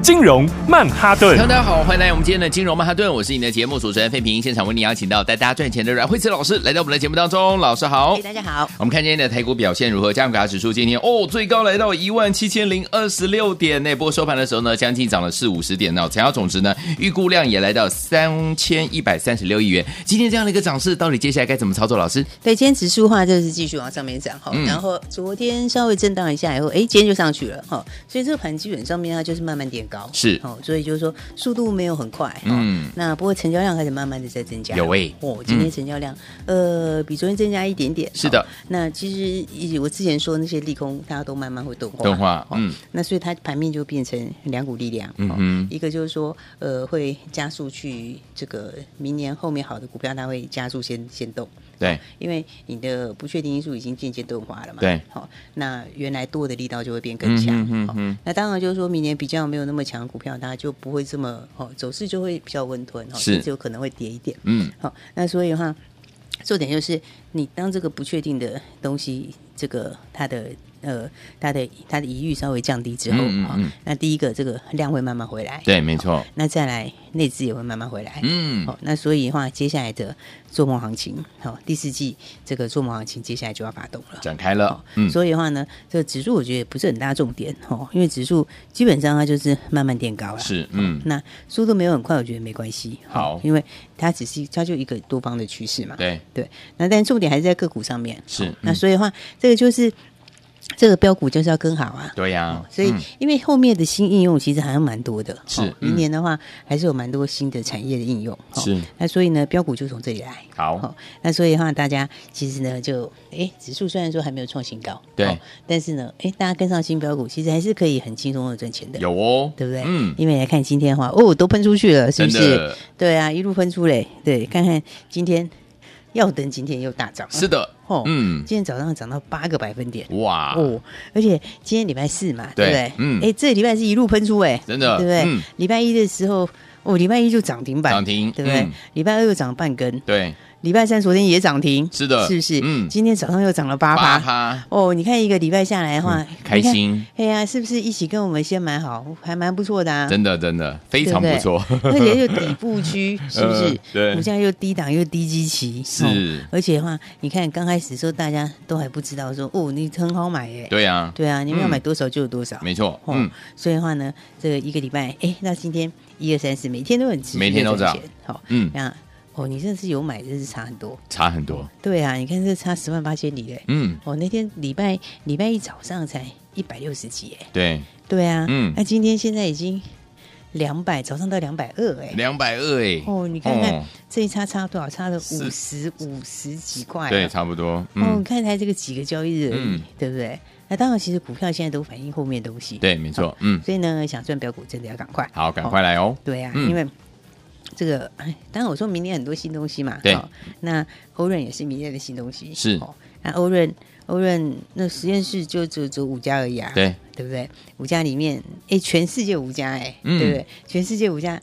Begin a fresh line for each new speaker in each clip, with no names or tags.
金融曼哈顿
大。家好，欢迎来我们今天的金融曼哈顿，我是你的节目主持人费平，现场为你邀请到带大家赚钱的阮慧慈老师来到我们的节目当中，老师好
哎，。大家好。
我们看今天的台股表现如何？加权指数今天哦，最高来到一万七千零二十六点那波收盘的时候呢，将近涨了四五十点哦。成交总值呢，预估量也来到三千一百三十六亿元。今天这样的一个涨势，到底接下来该怎么操作？老师，
对，今天指数的话就是继续往上面涨哈，
嗯
然后昨天稍微震荡一下以后，哎，今天就上去了哈，所以这个盘基本上面它就是慢慢点高，
是
哦，所以就是说速度没有很快，哦
嗯
那不过成交量开始慢慢的在增加，
有欸嗯
哦，今天成交量、呃比昨天增加一点点，
是的
哦那其实以我之前说那些利空，大家都慢慢会钝化，
钝化
哦
嗯，
那所以它盘面就变成两股力量，
嗯
哦
哼
一个就是说呃会加速去这个明年后面好的股票，它会加速先先动。
对，
因为你的不确定因素已经渐渐钝化了嘛。
对
好、那原来多的力道就会变更强。
嗯哼嗯
好
哼
那当然就是说明年比较没有那么强的股票，大家就不会这么哦，走势就会比较温吞，哦，
是
甚至有可能会跌一点。
嗯，
好、那所以的话，重点就是你当这个不确定的东西，这个它的。呃，它的它的疑虑稍微降低之后，
嗯嗯
好
嗯
那第一个这个量会慢慢回来，
对，没错，
那再来内资也会慢慢回来，
嗯，
好、那所以的话，接下来的做梦行情，好、第四季这个做梦行情接下来就要发动了。
展开了，嗯，
哦所以的话呢，这个指数我觉得也不是很大重点哦，因为指数基本上它就是慢慢垫高了。
是，嗯，
那速度没有很快，我觉得没关系。哦
好
因为它只是它就一个多方的趋势嘛。
对，
对，那但重点还是在个股上面。
是
哦那
嗯
所以的话，这个就是这个标股就是要跟好啊。
对呀，
所以
嗯，
因为后面的新应用其实还有蛮多的，
是
哦
嗯
明年的话还是有蛮多新的产业的应用，哦
是
那所以呢，标股就从这里来。
好，
哦，那所以的话，大家其实呢，就哎，指数虽然说还没有创新高，哦
对
但是呢，哎，大家跟上新标股，其实还是可以很轻松的赚钱的，
有哦，
对不对？
嗯，
因为来看今天的话，哦，都喷出去了，
真
是不是？
的，
对啊，一路喷出嘞，对，看看今天耀登今天又大涨，
是，的
哦，
嗯，
今天早上涨到八个百分点，
哇，
哦，而且今天礼拜四嘛，对
啊对
不对？
嗯
哎，这礼拜是一路喷出，哎，
真的
对不对
嗯？
礼拜一的时候，哦，礼拜一就涨停板，
涨停
对不对
嗯？
礼拜二又涨半根，
对，
礼拜三昨天也涨停，
是的
是不是？
嗯
今天早上又涨了八
八
趴。
趴，嗯
哦，你看一个礼拜下来的话，
开心，
你看。哎呀，是不是一起跟我们先买好，还蛮不错的啊？
真的真的非常不错，
而且又底部区，是不是
呃？对
股价又低档又低基期，
是
哦而且的话，你看刚开始的时候，大家都还不知道说，哦，你很好买耶。
对呀，
对啊，你们要
嗯
买多少就有多少。
没错，
哦，
嗯，
所以的话呢，这个一个礼拜，哎，那今天一二三四，每天都很值，
每天都
这
涨
样，好、
嗯
那哦，你真的是有买，真是差很多。
差很多，
对啊，你看这差十万八千里嘞。
嗯，
哦，那天礼拜礼拜一早上才一百六十几哎，
对，
对啊，
嗯
那今天现在已经两百，早上到两百二哎，
两百二哎，
哦，你看看、
哦
这一差差多少，差了五十五十几块啊，
对，差不多，
哦，
嗯
你，看才这个几个交易日而已，
嗯
对不对？那当然，其实股票现在都反映后面的东西，
对，没错，嗯，
所以呢，想赚标股真的要赶快，
好，赶
哦
快来哦，
对啊，
嗯
因为这个，哎当然我说明年很多新东西嘛。
对
那欧润也是明年的新东西。
是
那欧润，欧润那实验室就只有只有五家而已啊。
对，
对不对？五家里面，哎，全世界五家，哎、
嗯
对不对？全世界五家，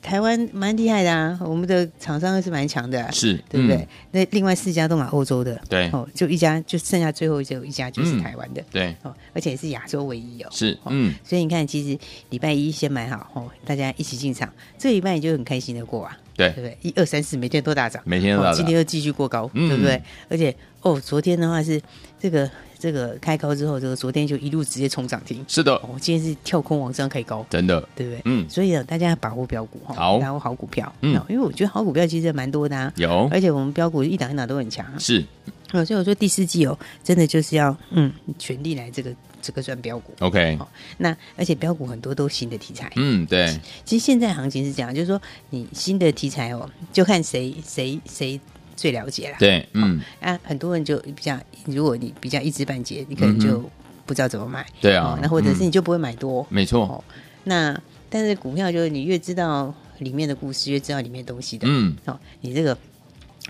台湾蛮厉害的啊，我们的厂商是蛮强的啊、
是，
对不对？
嗯？
那另外四家都买欧洲的，
对
哦，就一家，就剩下最后只有一家就是
嗯
台湾的，
对，
哦，而且是亚洲唯一哦，
是，
哦
嗯，
所以你看，其实礼拜一先买好哦，大家一起进场，这礼拜你就很开心的过啊，对不
对，
对？一二三四，每天都大涨，
每天都大涨
哦今天又继续过高，
嗯
对不对？而且哦，昨天的话是这个这个开高之后，这个昨天就一路直接冲涨停，
是的，
哦，今天是跳空往上开高，
真的，
对不对？
嗯，
所以呢，大家要把握标股哈，
好
把握好股票，
嗯
哦因为我觉得好股票其实蛮多的啊，
有，
而且我们标股一档一档都很强啊，
是
哦，所以我说第四季哦，真的就是要嗯全力来这个这个赚标股。
，OK，
好那而且标股很多都新的题材，
嗯，对，
其实现在行情是这样，就是说你新的题材哦，就看谁谁谁最了解啦。
对，嗯，
啊，很多人就比较，如果你比较一知半解，你可能就不知道怎么
嗯
买。哦
对啊
那或者是
嗯
你就不会买多。
没错，
哦那但是股票就是你越知道里面的故事，越知道里面东西的，
嗯，
哦，你这个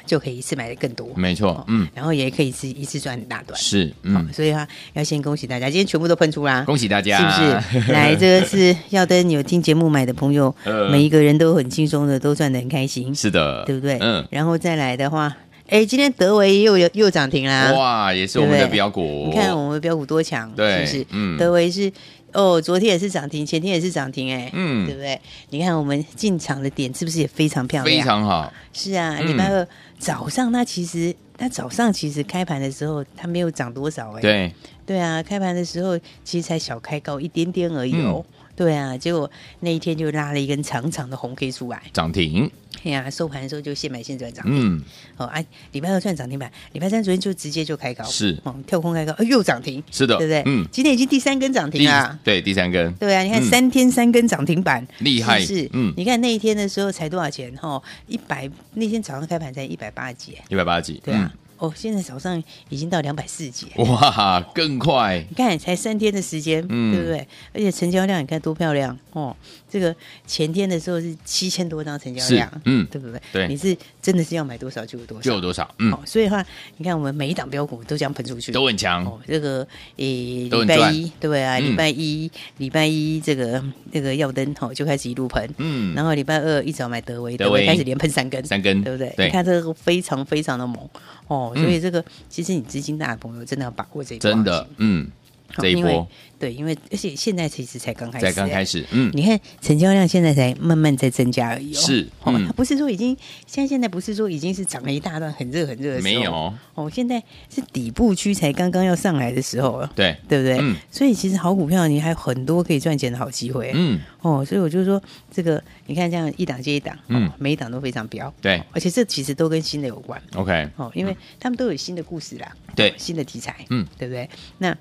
就可以一次买的更多，
没错
哦，
嗯，
然后也可以一次一次赚很大段，
是，
好
嗯，
所以啊，要先恭喜大家，今天全部都喷出啦，
恭喜大家，
是不 是？ 来，这个是耀登有听节目买的朋友，
呃
每一个人都很轻松的，都赚得很开心，
是的，
对不对？
嗯，
然后再来的话，哎，今天德维又有又涨停啦，
哇，也是我们
啊对
的
不对
标股，
你看我们的标股多强，
对
是不是？
嗯
德维是哦，昨天也是涨停，前天也是涨停、哎、
嗯
对不对？你看我们进场的点是不是也非常漂亮？
非常好，
是啊，
嗯
礼拜二早上它其实。它早上其实开盘的时候，它没有涨多少哎、
对，
对啊，开盘的时候其实才小开高一点点而已哦。
嗯
对啊，结果那一天就拉了一根长长的红 K 出来，
涨停，
哎呀、收盘的时候就现买现赚涨停。
嗯，
哦，啊，礼拜二赚涨停板，礼拜三昨天就直接就开高，
是
哦，跳空开高，呃又涨停，
是的，
对不对？
嗯，
今天已经第三根涨
第
停啦。
对第三根，
对啊，你看
嗯
三天三根涨停板，
厉害
是不是
嗯
你看那一天的时候才多少钱？哈，一百那天早上开盘才一百八几，
一百八十几，
对啊，哦，现在早上已经到两百四几，
嗯，哇，更快，
你看才三天的时间，
嗯
对不对？而且成交量你看多漂亮哦！这个前天的时候是七千多张成交量
是，嗯
对不对？
对
你是真的是要买多少就有多
就有
少，
多少？嗯
哦，，所以的话，你看我们每一档标股都这样喷出去，
都很强，
哦，这个诶，
都很
礼拜
赚
一对啊，礼
嗯
拜一礼拜一这个这个耀灯哦就开始一路喷，
嗯，
然后礼拜二一早买德威，
德
德威
威
开始连喷三根，
三根
对不对？
对
你看这个非常非常的猛哦，所以
嗯
这个其实你资金大的朋友真的要把握这一波
真
行情，
的，嗯，
好
这一
因为
波
对，因为而且现在其实才刚开始、
才刚开
始。
始，嗯，
你看成交量现在才慢慢在增加而已、哦，
是
哦，
嗯
它不是说已经现在现在不是说已经是涨了一大段很热很热的时
没
候，
有，
哦，现在是底部区才刚刚要上来的时候，
对，
对不对？
嗯
所以其实好股票你还有很多可以赚钱的好机会，
嗯，
哦，所以我就说这个你看这样一档接一档，
嗯
哦，每一档都非常标，
对
而且这其实都跟新的有关，
，OK，
哦，因为他们都有新的故事啦，
对
新的题材，
嗯，
对不对？那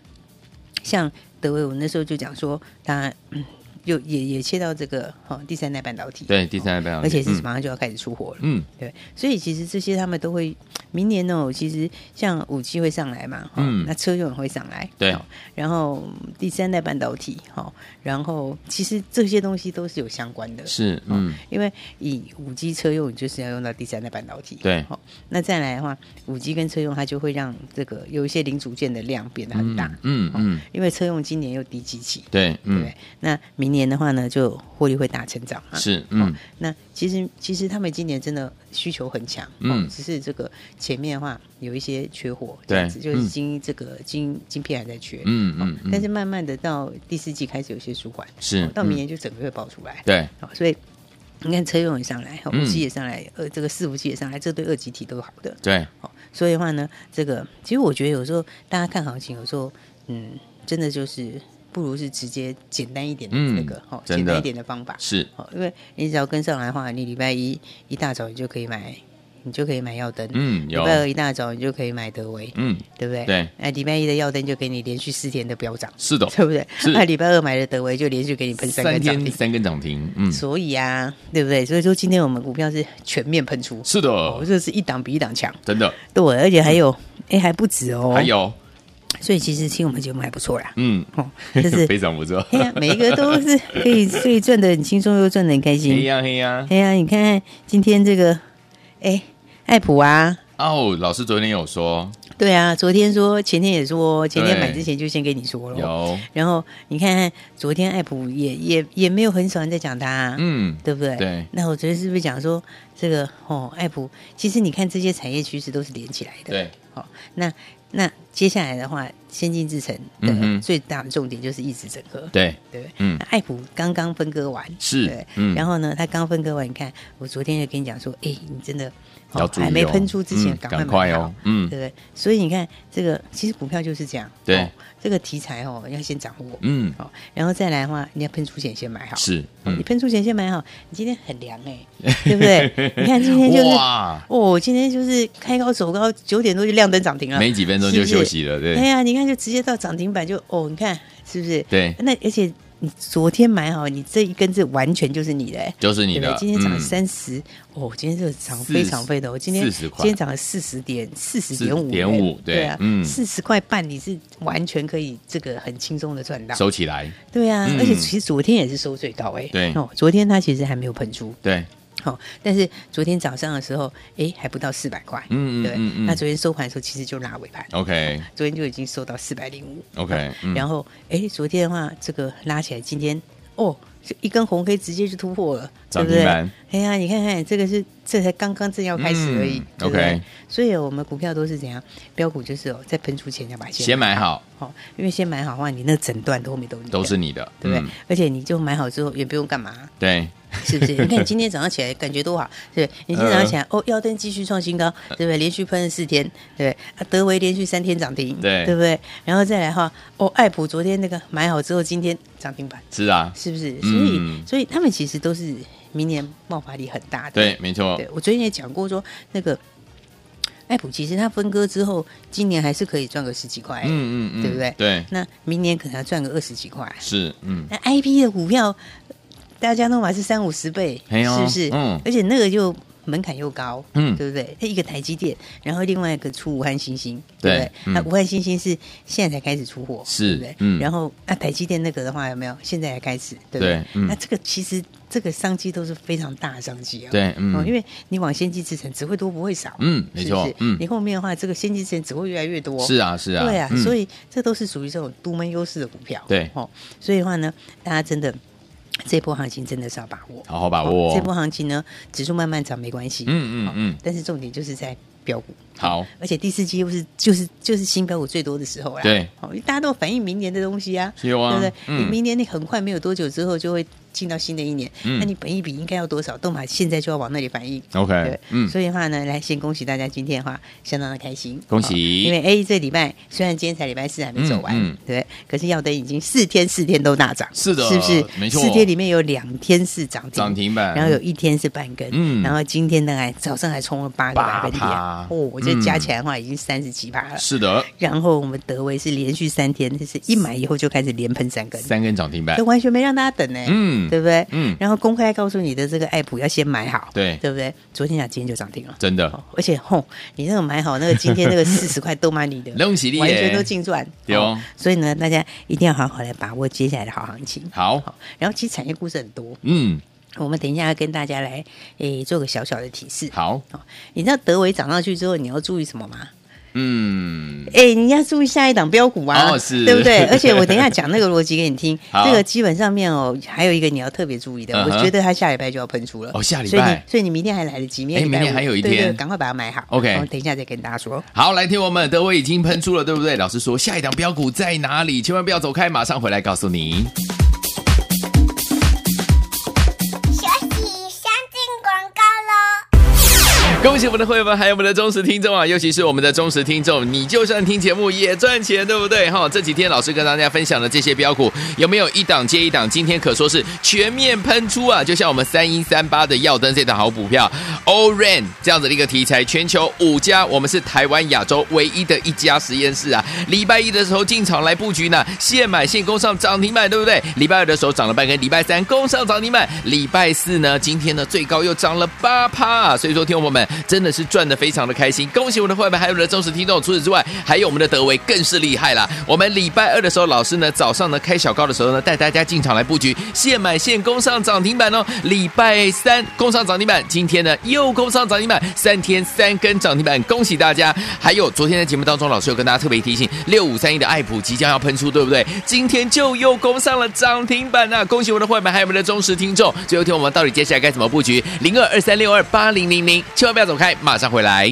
像德维，我那时候就讲说，他嗯，又也也切到这个哦第三代半导体，
对，第三代半导体，
而且是
嗯？
马上就要开始出货了，
嗯，
对，所以其实这些他们都会，明年哦，其实像武器会上来嘛，哦、
嗯
那车用也会上来，
对
哦然后嗯第三代半导体，哈、哦，然后其实这些东西都是有相关的，
是，嗯，
因为以五 G 车用，你就是要用到第三代半导体。
对
好、那再来的话，五 G 跟车用，它就会让这个有一些零组件的量变得很大。哦
嗯嗯嗯，
因为车用今年又低基期，
对，
对不
嗯
对，？那明年的话呢，就获利会大成长嘛。
是，嗯，
那其实其实他们今年真的需求很强，
嗯
哦只是这个前面的话有一些缺货，
对
这样子就是
嗯
晶这个晶晶片还在缺，
嗯嗯嗯，
哦但是慢慢的到第四季开始有些舒缓，
是
哦到
嗯
明年就整个会爆出来，
对，
哦，所以你看车用也上来，哦
嗯
五 G 也上来，呃，这个四五 G 也上来，这对二级体都好的。
对，
哦，所以的话呢，这个其实我觉得有时候大家看行情，有时候嗯，真的就是不如是直接简单一点的
嗯
那个哦，
真
简单
的
一点的方法。
是，
哦，因为你只要跟上来的话，你礼拜一一大早你就可以买，你就可以买耀灯。
嗯，
礼
有，
拜二一大早你就可以买德维，
嗯，
对不对？
对。
哎，礼拜一的耀灯就给你连续四天的飙涨，
是的，
对不对
是？
那礼拜二买的德维就连续给你喷三
三
根涨停
天。三根涨停，嗯，
所以啊，对不对？所以说今天我们股票是全面喷出，
是
哦，
的，
这是一档比一档强，
真的，
对，而且还有，哎，还不止哦，
嗯还，有，
所以其实听我们节目还不错啦，
嗯，
哦，就 是，
非常不错，
哎呀，每一个都是可以，可以赚的很轻松，又赚的很开
黑
心，
呀黑呀，
哎呀，你看看今天这个，哎，爱普啊，
哦，老师昨天有说
对啊，昨天说，前天也说，前天
对
买之前就先跟你说了，
有，
然后你看看昨天爱普也也也没有很少人在讲它、啊，
嗯，
对不对？
对
那我昨天是不是讲说这个哦，爱普？其实你看这些产业趋势都是连起来的。。
对，
哦，那那接下来的话，先进制程
嗯
的
哼
最大的重点就是一直整合，
对，
对不对？
嗯
那爱普刚刚分割完，
是
对。
嗯
然后呢，它刚分割完，你看我昨天就跟你讲说，哎，你真的、
要注意哦
还没喷出之前，
嗯
赶快
赶快
买好
哦嗯
对不对？所以你看这个，其实股票就是这样，
对
哦这个题材哦，要先掌握，
嗯，
哦，然后再来的话，你要喷出前先买好，
是，
哦你
嗯，
喷出钱先买好，你今天很凉哎、 对不对？你看今天就是
哇，
哦，今天就是开高走高，九点多就亮灯涨停了，
没几分钟就休息了，
是不是。哎
对，
呀，你看就直接到涨停板就哦，你看是不是？
对
那而且你昨天买好，你这一根这完全就是你的、欸。
就是你
对不对
的，？
今天涨了
嗯
三十、哦，今天这个涨
40
非常非常，我今天
40块
今天涨了四十点四十点五
40.5对
对啊
嗯，
四十块半你是完全可以这个很轻松的赚到，
收起来，
对啊，
嗯
而且其实昨天也是收最高哎、
对
哦，昨天它其实还没有喷出，
对，
好、但是昨天早上的时候，哎，还不到四百块，
嗯嗯
对，
嗯嗯
那昨天收盘的时候其实就拉尾盘，
OK
昨天就已经收到四百零五
OK，嗯，
然后哎，昨天的话这个拉起来，今天哦，就一根红 K 直接就突破了，对
涨
不
停
对？
板
哎呀，你看看这个是这才刚刚正要开始而已，
嗯
对不对
OK
所以我们股票都是怎样，标股就是哦，在喷出前要把它
先
先买
买好，
好、因为先买好的话，你那整段都后面都你的
都是你的，
对不对、
嗯
而且你就买好之后也不用干嘛，
对，
是 不是？你看你今天早上起来感觉多好，对不对？你今天早上起来、
嗯
哦，耀登继续创新高，对不对？连续喷了四天，对不对？啊，德维连续三天涨停，
对
对不对？然后再来哈，哦，爱普昨天那个买好之后，今天涨停板，
是啊，
是不是？所以、
嗯
所以他们其实都是明年爆发力很大的。
对，没错，嗯
对我昨天也讲过说，那个爱普其实它分割之后，今年还是可以赚个十几块，
嗯嗯嗯，
哎对不对
对，
那明年可能要赚个二十几块。
是，嗯，
那哎 I P 的股票，大家都买是三五十倍，
嘿哦
是不是？
嗯
而且那个就门槛又高，
嗯
对不对？它一个台积电，然后另外一个出武汉新星，
对
不对？啊
嗯
那武汉新星是现在才开始出货，
是
对不对？
嗯
然后那台积电那个的话有没有？现在才开始，对不对
对？嗯
那这个其实这个商机都是非常大的商机啊、
对嗯
哦因为你往先进制程只会多不会少，
嗯没
是不
错
是
嗯
你后面的话，这个先进制程只会越来越多，
是啊，是啊，
对啊，
嗯
所以这都是属于这种独门优势的股票。
对
哦，所以的话呢，大家真的这波行情真的是要把握，
好好把握哦，
这波行情呢，指数慢慢涨没关系，
嗯嗯
哦
嗯，
但是重点就是在标股。
好
而且第四季又是就是就是新标股最多的时候啦。
对
哦，因为大家都反映明年的东西啊，
是啊
对不对？
嗯
你明年你很快没有多久之后就会进到新的一年，
嗯
那你本益比应该要多少？都买现在就要往那里反映。
，OK，
对，
嗯，
所以的话呢，来先恭喜大家今天的话相当的开心，
恭喜
哦因为 A 这礼拜虽然今天才礼拜四还没走完，
嗯嗯
对，可是耀登已经四天四天都大涨，
是的
是不是？
没错
四天里面有两天是涨停，
涨停板
然后有一天是半根，
嗯
然后今天呢，还早上还冲了八个百分点，
8%
哦，我觉得加起来的话已经三十几趴了。
是的，
然后我们德威是连续三天，就是一买以后就开始连喷三根，
三根涨停板
都，完全没让大家等呢、
嗯
对不对？
嗯
然后公开告诉你的这个爱普要先买好，
对
对不对？昨天啊讲今天就涨停了。
真的
哦，而且吼，你那个买好那个今天那个四十块都买你 的，
恭喜你耶
完全都净赚。
对哦
所以呢，大家一定要好好来把握接下来的好行情。哦
好，
然后其实产业故事很多，
嗯，
我们等一下要跟大家来诶做个小小的提示。
好，
哦，你知道德维涨上去之后你要注意什么吗？
嗯，
哎，你要注意下一档标股啊，
哦是
对不对？而且我等一下讲那个逻辑给你听
好，
这个基本上面哦，还有一个你要特别注意的，
嗯哼
我觉得它下礼拜就要喷出了。
哦下礼拜
所以你所以你明天还来得及，明天礼拜
哎明天
五
还有一
对对
天
赶快把它买好。
OK
我等一下再跟大家说。
好，来听我们德威已经喷出了，对不对？老师说下一档标股在哪里？千万不要走开，马上回来告诉你。
学习先进广告喽。
恭喜我们的会员们，还有我们的忠实听众啊，尤其是我们的忠实听众，你就算听节目也赚钱，对不对？哈，这几天老师跟大家分享的这些标股，有没有一档接一档？今天可说是全面喷出啊！就像我们三一三八的耀登这档好股票 o r a n 这样子的一个题材，全球五家，我们是台湾亚洲唯一的一家实验室啊。礼拜一的时候进场来布局呢，现买现攻上涨停板，对不对？礼拜二的时候涨了半根，礼拜三攻上涨停板，礼拜四呢，今天呢最高又涨了八趴、所以说听我们真的是赚的非常的开心，恭喜我们的会员，还有我们的忠实听众。除此之外，还有我们的德维更是厉害啦。我们礼拜二的时候，老师呢早上呢开小高的时候呢，带大家进场来布局，现买现攻上涨停板哦。礼拜三攻上涨停板，今天呢又攻上涨停板，三天三根涨停板，恭喜大家！还有昨天的节目当中，老师有跟大家特别提醒，六五三一的爱普即将要喷出，对不对？今天就又攻上了涨停板啊！恭喜我们的会员，还有我们的忠实听众。最后一天我们到底接下来该怎么布局？零二二三六二八零零零，千万不要走开，马上回来。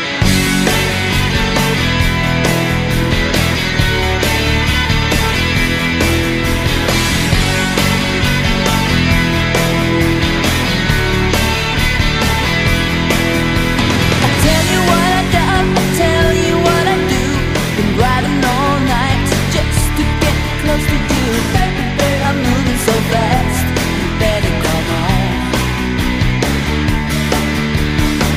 Tell you what I done, tell you what I do. Been riding all night just to get close to you. Baby, babe, I'm moving so fast. You better come on.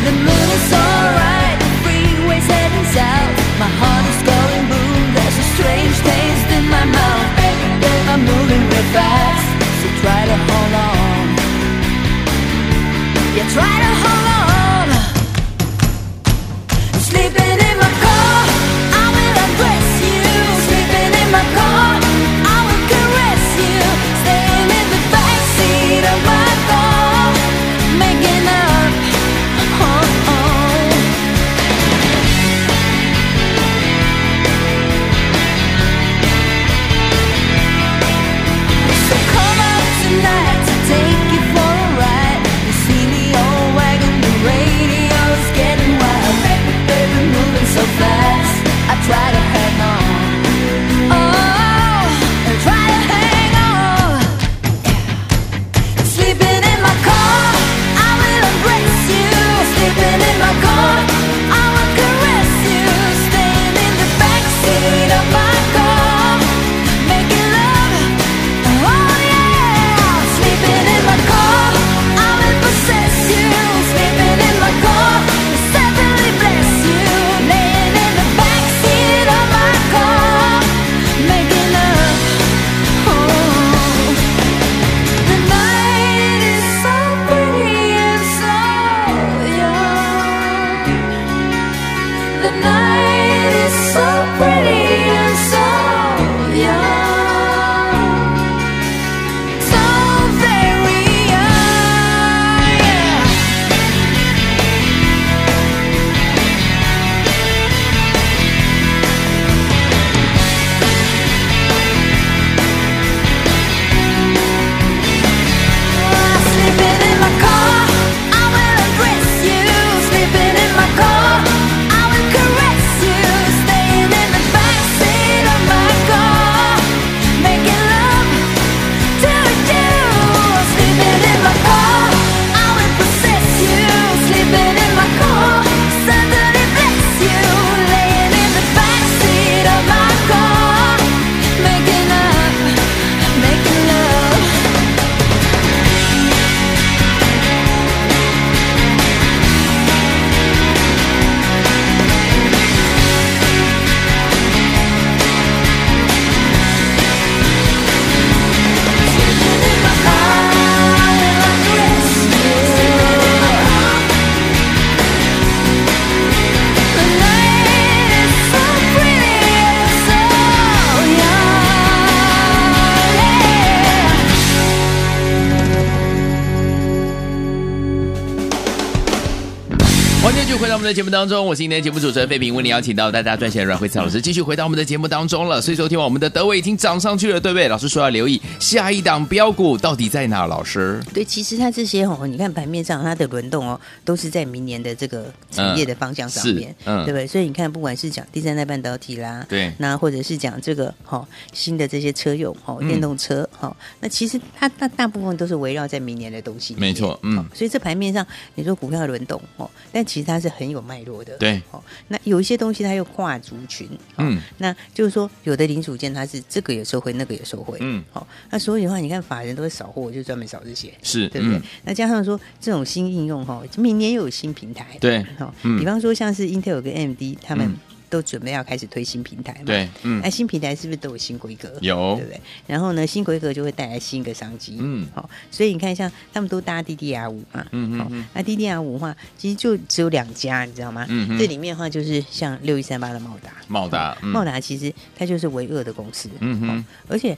The moon is alright, the freeway's heading south. My heart is going boom, there's a strange taste in my mouth. Baby, babe, I'm moving real fast, so try to hold on. Yeah, try to hold on. Sleeping in my car, I will embrace you. Sleeping in my car, I will caress you. Staying in the backseat of my car, making up. Oh, oh. So come out tonight to take you for a ride. You see me all wagging, the radio's getting wild. Baby, baby, moving so fast. I try to hang on. Oh, I try to hang on. Sleeping in my car, I will embrace you. Sleeping in my car, I will caress you. Staying in the backseat of my car, making love. Oh yeah, sleeping in my car, I will possess you. Sleeping in my car, suddenly bless you. Laying in the backseat of my car, making love. Oh. The night is so pretty and so young. The night is so pretty and so young. So very young. Yeah. Sleeping in my car, I will embrace you. Sleeping in my car, I will caress you. Staying in the backseat of my car, making love to you. Sleeping in my car, I will possess you. Sleeping in my car, suddenly bless you. Laying in the backseat of my car, making love, making love. Yeah.
欢迎继续回到我们的节目当中，我是今天的节目主持人费平，为你邀请到带大家赚钱的阮慧慈老师，继续回到我们的节目当中了。所以昨天我们的德伟已经涨上去了，对不对？老师说要留意下一档标股到底在哪？老师，
对，其实它这些哦，你看盘面上它的轮动哦，都是在明年的这个产业的方向上面，
嗯是嗯
对不对？所以你看，不管是讲第三代半导体啦，
对
那或者是讲这个哦、新的这些车用哦，
嗯
电动车哦，那其实它大大部分都是围绕在明年的东西，
没错，嗯，
哦所以这盘面上，你说股票的轮动哦，但其实它是很有有脉络的。
对
哦，那有一些东西它又跨族群，哦
嗯，
那就是说有的零组件它是这个也收回，那个也收回，
嗯
好、那所以的话，你看法人都会扫货，就专门扫这些，
是
对不对？
嗯
那加上说这种新应用哈，明年又有新平台，
对
哦，
嗯
比方说像是 Intel 跟 AMD 他们
嗯
都准备要开始推新平台嘛，
对嗯
那哎新平台是不是都有新规格？
有
对不对？然后呢，新规格就会带来新的商机，
嗯
好、所以你看像他们都搭 DDR 五嘛，
嗯嗯
好
嗯
那 DDR 五的话，其实就只有两家，你知道吗？
嗯嗯
这里面的话就是像六一三八的茂达，
茂达
哦
嗯
茂达其实它就是唯二的公司，
嗯哼
哦而且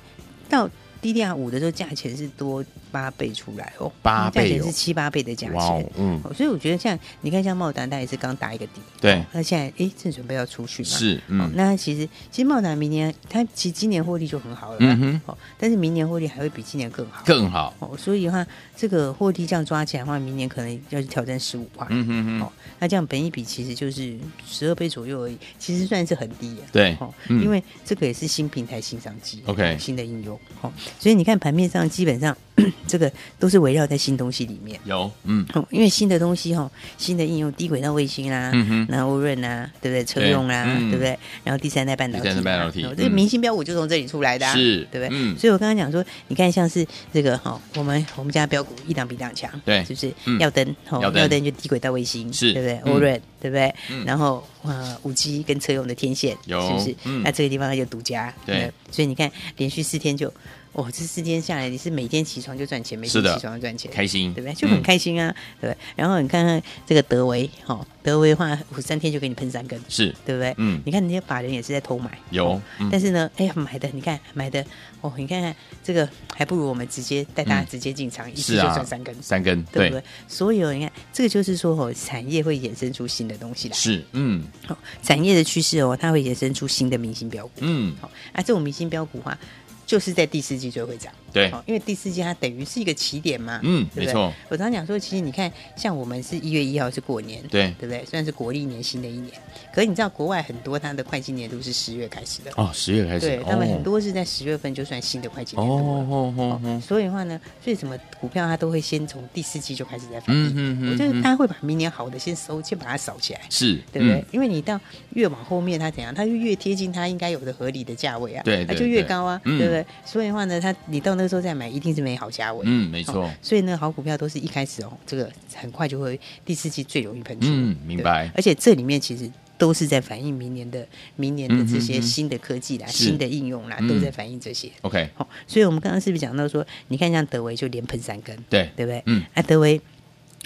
到 DDR 五的时候，价钱是多八倍出来哦，
八倍哦
价钱是七八倍的价
哇
钱
哦，嗯
哦所以我觉得像你看，像茂达，它也是刚打一个底，
对，
那现在哎正准备要出去嘛，
是
哦
嗯，
那它其实其实茂达明年它其实今年获利就很好了，
嗯哼，
哦，但是明年获利还会比今年更好，
更好，
哦，所以的话，这个获利这样抓起来的话，明年可能要去挑战十五块。
嗯哼哼，
哦，那这样本一比其实就是十二倍左右而已，其实算是很低啊。
对
哦，
嗯
因为这个也是新平台、新商机
OK
新的应用。哦，所以你看盘面上基本上 这个都是围绕在新东西里面。
有，嗯，
哦，因为新的东西哈、哦，新的应用，低轨道卫星啊啦、
嗯哼
然后欧润啊，对不对？车
对
用啦、
嗯
对不对？然后第三代半导体啊，
第三代半导体
哦这个
嗯
明星标股就从这里出来的、啊，
是
对不对？
嗯
所以我刚刚讲说，你看像是这个哈、哦，我们我们家标股一档比一档强，
对
是不是？
嗯
耀登，哦，
耀登
耀登就低轨道卫星，
是
对不对？
嗯
欧润、对不对？
嗯
然后呃，五 G 跟车用的天线，
有
是不是？
嗯
那这个地方它就独家，
对
不所以你看，连续四天就。哇、这四天下来，你是每天起床就赚钱，每
是
天
的
起床就赚钱，
开心
对不对？就很
嗯
开心啊，对不对？然后你看看这个德维，哦，德维的话五三天就给你喷三根，
是
对不对？
嗯
你看人家法人也是在偷买，
有
哦
嗯
但是呢，哎呀，买的你看买的哦，你看看这个还不如我们直接带大家
嗯
直接进场，一次
是
就
啊，
赚三根，
三根，
对不
对
对，？所以哦，你看这个就是说哦，产业会衍生出新的东西来，
是，嗯
哦，产业的趋势哦，它会衍生出新的明星标股，
嗯，
好、啊，这种明星标股的话，就是在第四季最会涨。
对
哦，因为第四季它等于是一个起点嘛，
哎嗯
对不对
没错。
我常讲说，其实你看，像我们是一月一号是过年，
对
对不对？虽然是国历年新的一年，可是你知道国外很多它的会计年度是十月开始的，
哦，十月开始，
对
哦，
他们很多是在十月份就算新的会计
哦，
年度了。
哦哦
哦
哦，
所以的话呢，所以什么股票它都会先从第四季就开始在反
嗯
应。
嗯嗯
我觉得
嗯
它会把明年好的先收，先把它扫起来。
是，
对不对？
嗯？
因为你到越往后面，它怎样，它就越贴近它应该有的合理的价位啊，
对对
它就越
对
高啊，
嗯
对不对？所以的话呢，它你到那个时候再买，一定是没好价位。
嗯，没错
哦，所以呢，好股票都是一开始哦，这个很快就会第四季最容易喷出。
嗯明白
对而且这里面其实都是在反映明年的明年的这
嗯哼
些
哼
新的科技啦、
是
新的应用啦，
嗯
都在反映这些。
，OK，
哦，所以我们刚刚是不是讲到说，你看像德维就连喷三根，
对
对不对？
嗯，
啊，德维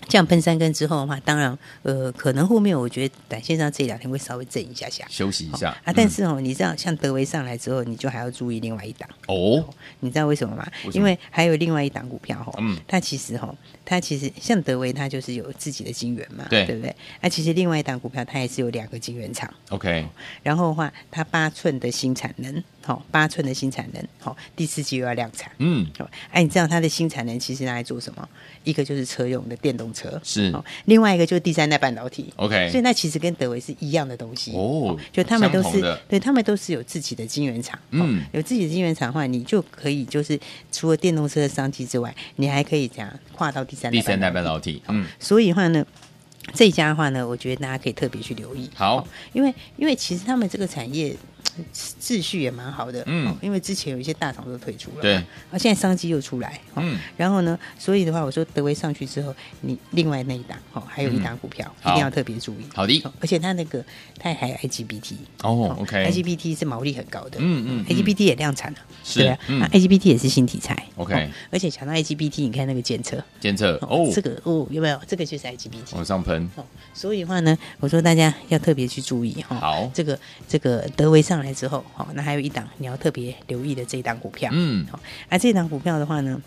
这样喷三根之后的话，当然，呃，可能后面我觉得短线上这两天会稍微震一下下。
休息一下
啊，但
嗯
是哦，你知道像德维上来之后，你就还要注意另外一档，
哦，
你知道为什么吗？
为什么
因为还有另外一档股票哦，
嗯
它其实哦，它其实像德维，它就是有自己的晶圆嘛，
对
不对？啊，其实另外一档股票它也是有两个晶圆厂，
，OK，
然后的话，它八寸的新产能，好、八寸的新产能，好、第四季又要量产。
嗯，
哦哎、你知道它的新产能其实拿来做什么？一个就是车用的电动车，
是
另外一个就是第三代半导体。
OK
所以那其实跟德维是一样的东西
哦
就他们都
相同
是
的
对他们都是有自己的晶圆厂，
嗯
哦，有自己的晶圆厂的话，你就可以就是除了电动车的商机之外，你还可以怎样跨到第三代
第三代半
导体。
导体，嗯，
所以的话呢，这一家的话呢，我觉得大家可以特别去留意。
好
哦因为因为其实他们这个产业。呃秩序也蛮好的，
嗯
哦因为之前有一些大厂都退出了嘛，
对
啊，现在商机又出来，哦
嗯，
然后呢，所以的话，我说德威上去之后，你另外那一档，哦，还有一档股票、
嗯好
一定要特别注意，
好的
哦而且它那个它还有 IGBT，
哦，OK，
IGBT 是毛利很高的，哦
嗯嗯嗯
i g b t 也量产了，
是
对啊、
嗯
啊 IGBT 也是新题材
OK
而且讲到 IGBT，你看那个监测，
监测，哦
哦，，这个哦，有没有？这个就是 IGBT
往上喷，
哦，所以的话呢，我说大家要特别去注意哈、哦。
好
这个这个德维上来之后，哦，那还有一档你要特别留意的这一档股票，
嗯
好、啊，这一档股票的话呢。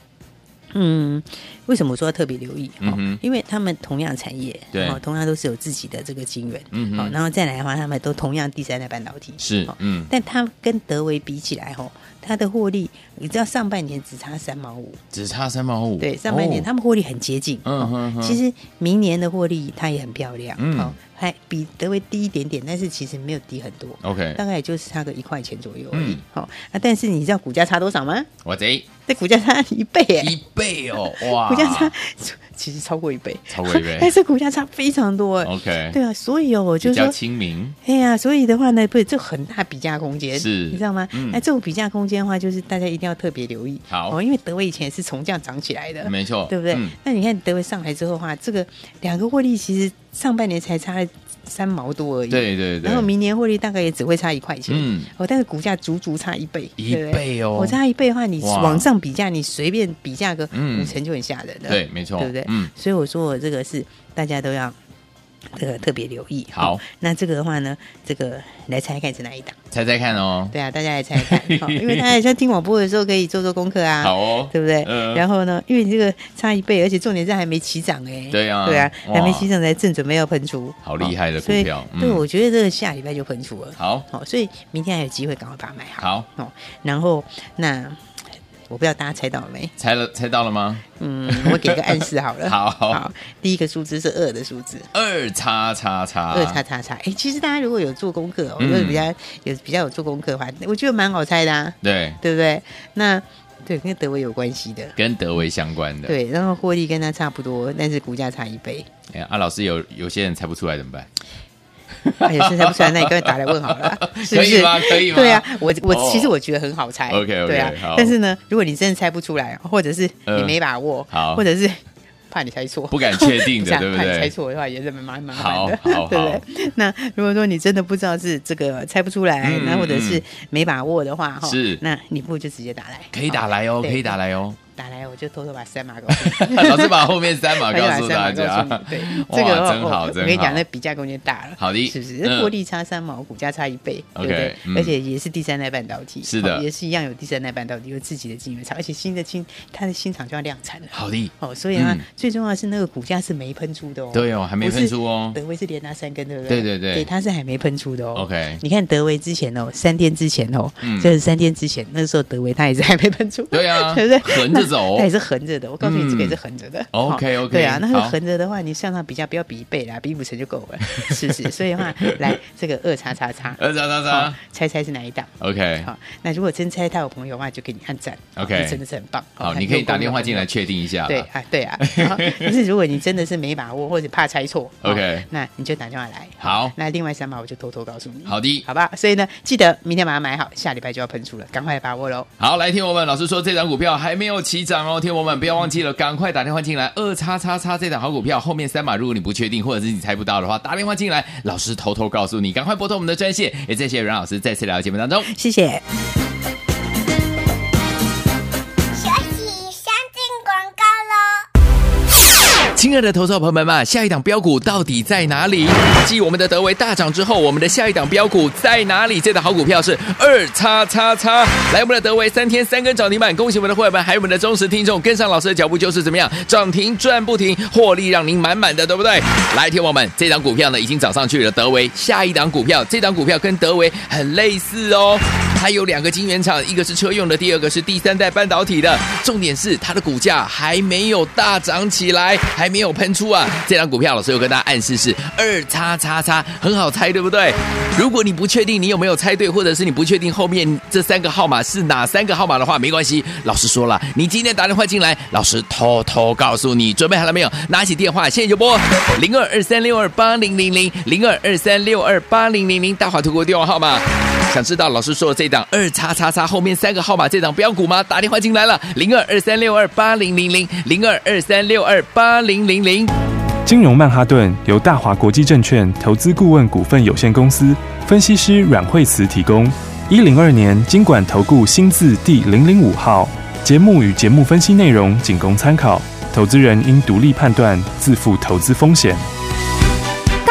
嗯，为什么我说要特别留意？
嗯哼
因为他们同样产业，
对
哦，同样都是有自己的这个晶圆，
嗯哼
好、然后再来的话，他们都同样第三代半导体，
是
哦，
嗯，
但它跟德维比起来，吼，它的获利，你知道上半年只差三毛五，
只差三毛五，
对，上半年
哦
他们获利很接近。
嗯
哦
哼哼
其实明年的获利它也很漂亮，
嗯
哦，还比德维低一点点，但是其实没有低很多。
OK，
大概也就是差个一块钱左右而已
哦嗯，
好、那、但是你知道股价差多少吗？
我贼
这股价差一倍耶，
一倍哦，哇，
股价差其实超过一倍，
超过一倍
但是股价差非常多哎。
OK，
对啊，所以哦，就
比
是
较
说，
亲民，
哎呀，所以的话呢，不是这很大比价空间，
是
你知道吗？哎、
嗯
这种比价空间的话，就是大家一定要特别留意。
好
哦，因为德威以前也是从这样涨起来的，
没错，
呃对不对？
嗯
那你看德威上来之后的话，这个两个获利其实上半年才差了三毛多而已，
对对对，
然后明年获利大概也只会差一块钱，
嗯
哦，但是股价足足差一倍，
一
对不对
倍哦，
我差一倍的话，你
哇
往上比价，你随便比价个
嗯
五成就很吓人了，
对，没错，
对不对？
嗯，
所以我说我这个是大家都要这个特别留意。
好
哦那这个的话呢，这个来猜看是哪一档？
猜猜看哦，
对啊，大家来猜看， 哦因为大家在听广播的时候可以做做功课啊。
好哦，
对不对？
嗯
然后呢，因为你这个差一倍，而且重点是还没起涨哎、
对啊
对啊，
哇
还没起涨才正准备要喷出，
好厉害的股
所以
票嗯
对，我觉得这个下礼拜就喷出了。
好，
好、所以明天还有机会赶快把它买好。
好，
哦，然后那我不知道大家猜到了没？
猜了，猜到了吗？
嗯，我给个暗示好了。
好
第一个数字是二的数字，
二叉叉叉，
二叉叉叉。哎，其实大家如果有做功课哦，
嗯
如果比较有比较有做功课的话，我觉得蛮好猜的啊，
对，
对不对？那对，跟德维有关系的。
跟德维相关的。
对，然后获利跟它差不多，但是股价差一倍。
哎，啊，老师有有些人猜不出来怎么办？
哎呀，现在 不出来，那你干脆打来问好了，是不
可
是
以吗？可以吗？
对啊，，我我
哦
其实我觉得很好猜
OK，OK，
对啊
好。
但是呢，如果你真的猜不出来，或者是你
嗯
没把握，
好
或者是怕你猜错，
不敢确 定
是
的，
啊
对不
怕你猜
对？
错的话也是蛮麻
好
烦的，
好
对不对？那如果说你真的不知道是这个猜不出来，
嗯
那或者
嗯
是没把握的话，哈
是
那你不如就直接打来，
可以打来哦，
对
可以打来 哦。
打来，我就偷偷把三码 告诉你。
老师把后面三码
可以
啊告
把
诉
啊三
大
毛
家
告诉你，对，
哇
这个哦
真好
我
真
我跟你
好
讲，那比价空间大了，
好的
是不是？
嗯
那获利差三毛，股价差一倍
OK，
对不对
嗯？
而且也是第三代半导体，
是的
哦也是一样有第三代半导体有自己的晶圆厂，而且新的新它的新厂就要量产了。
好的，
哦，所以啊
嗯，
最重要的是那个股价是没喷出的哦。
对哦，还没
不是
分出哦。
德威是连拿三根，对不
对对
对？
对
对，它是还没喷出的哦。
OK
你看德威之前哦，三天之前哦
嗯，
就是三天之前，那时候德威它也是还没喷出，
对啊
对不对？
横着
哎
走
那它也是横着的。我告诉
嗯
你，这个也是横着的。
OK，OK，
哦对啊，那它
好
是横着的话，你向上比较不要比一倍啦，比五成就够了， 是不是？所以 的话，来这个二叉叉叉，
二叉叉
好
叉
猜猜是哪一档？
，OK，
好，那如果真猜到我朋友的话，就给你按赞。
OK
你真的是很棒。
好，
很
你可以
用功
打
的
电话进
朋友
来确定一下。
对，啊，对啊。然后但是如果你真的是没把握或者怕猜错
OK
哦那你就打电话来。
好
那另外三把我就偷偷告诉你。
好的
好吧。所以呢，记得明天把它买好，下礼拜就要喷出了，赶快把握喽。
好，来，听我们老师说，这档股票还没有起涨哦，听我们不要忘记了，赶快打电话进来。二叉叉叉这档好股票，后面三码，如果你不确定或者是你猜不到的话，打电话进来，老师偷偷告诉你，赶快拨通我们的专线。也谢谢阮老师再次来到节目当中。
谢谢。
学习先进广告喽。
亲爱的投资者朋友们啊，下一档标股到底在哪里？继我们的德维大涨之后，我们的下一档标股在哪里？这档好股票是二叉叉叉。来，我们的德维三天三根涨停板，恭喜我们的会员们，还有我们的忠实听众，跟上老师的脚步就是怎么样涨停赚不停，获利让您满满的，对不对？来，听我们，这档股票呢已经涨上去了，德维下一档股票，这档股票跟德维很类似哦。它有两个晶圆厂，一个是车用的，第二个是第三代半导体的。重点是它的股价还没有大涨起来，还没有喷出啊。这张股票老师有跟大家暗示是二叉叉叉，很好猜，对不对？如果你不确定你有没有猜对，或者是你不确定后面这三个号码是哪三个号码的话，没关系，老师说了，你今天打电话进来，老师偷偷告诉你，准备好了没有？拿起电话，现在就拨零二二三六二八零零零零二二三六二八零零零大华图国电话号码。想知道老师说的这档二叉叉叉后面三个号码这档标股吗？打电话进来了，零二二三六二八零零零零二二三六二八零零零。
金融曼哈顿由大华国际证券投资顾问股份有限公司分析师阮惠慈提供。一零二年经管投顾新字第零零五号。节目与节目分析内容仅供参考，投资人应独立判断，自负投资风险。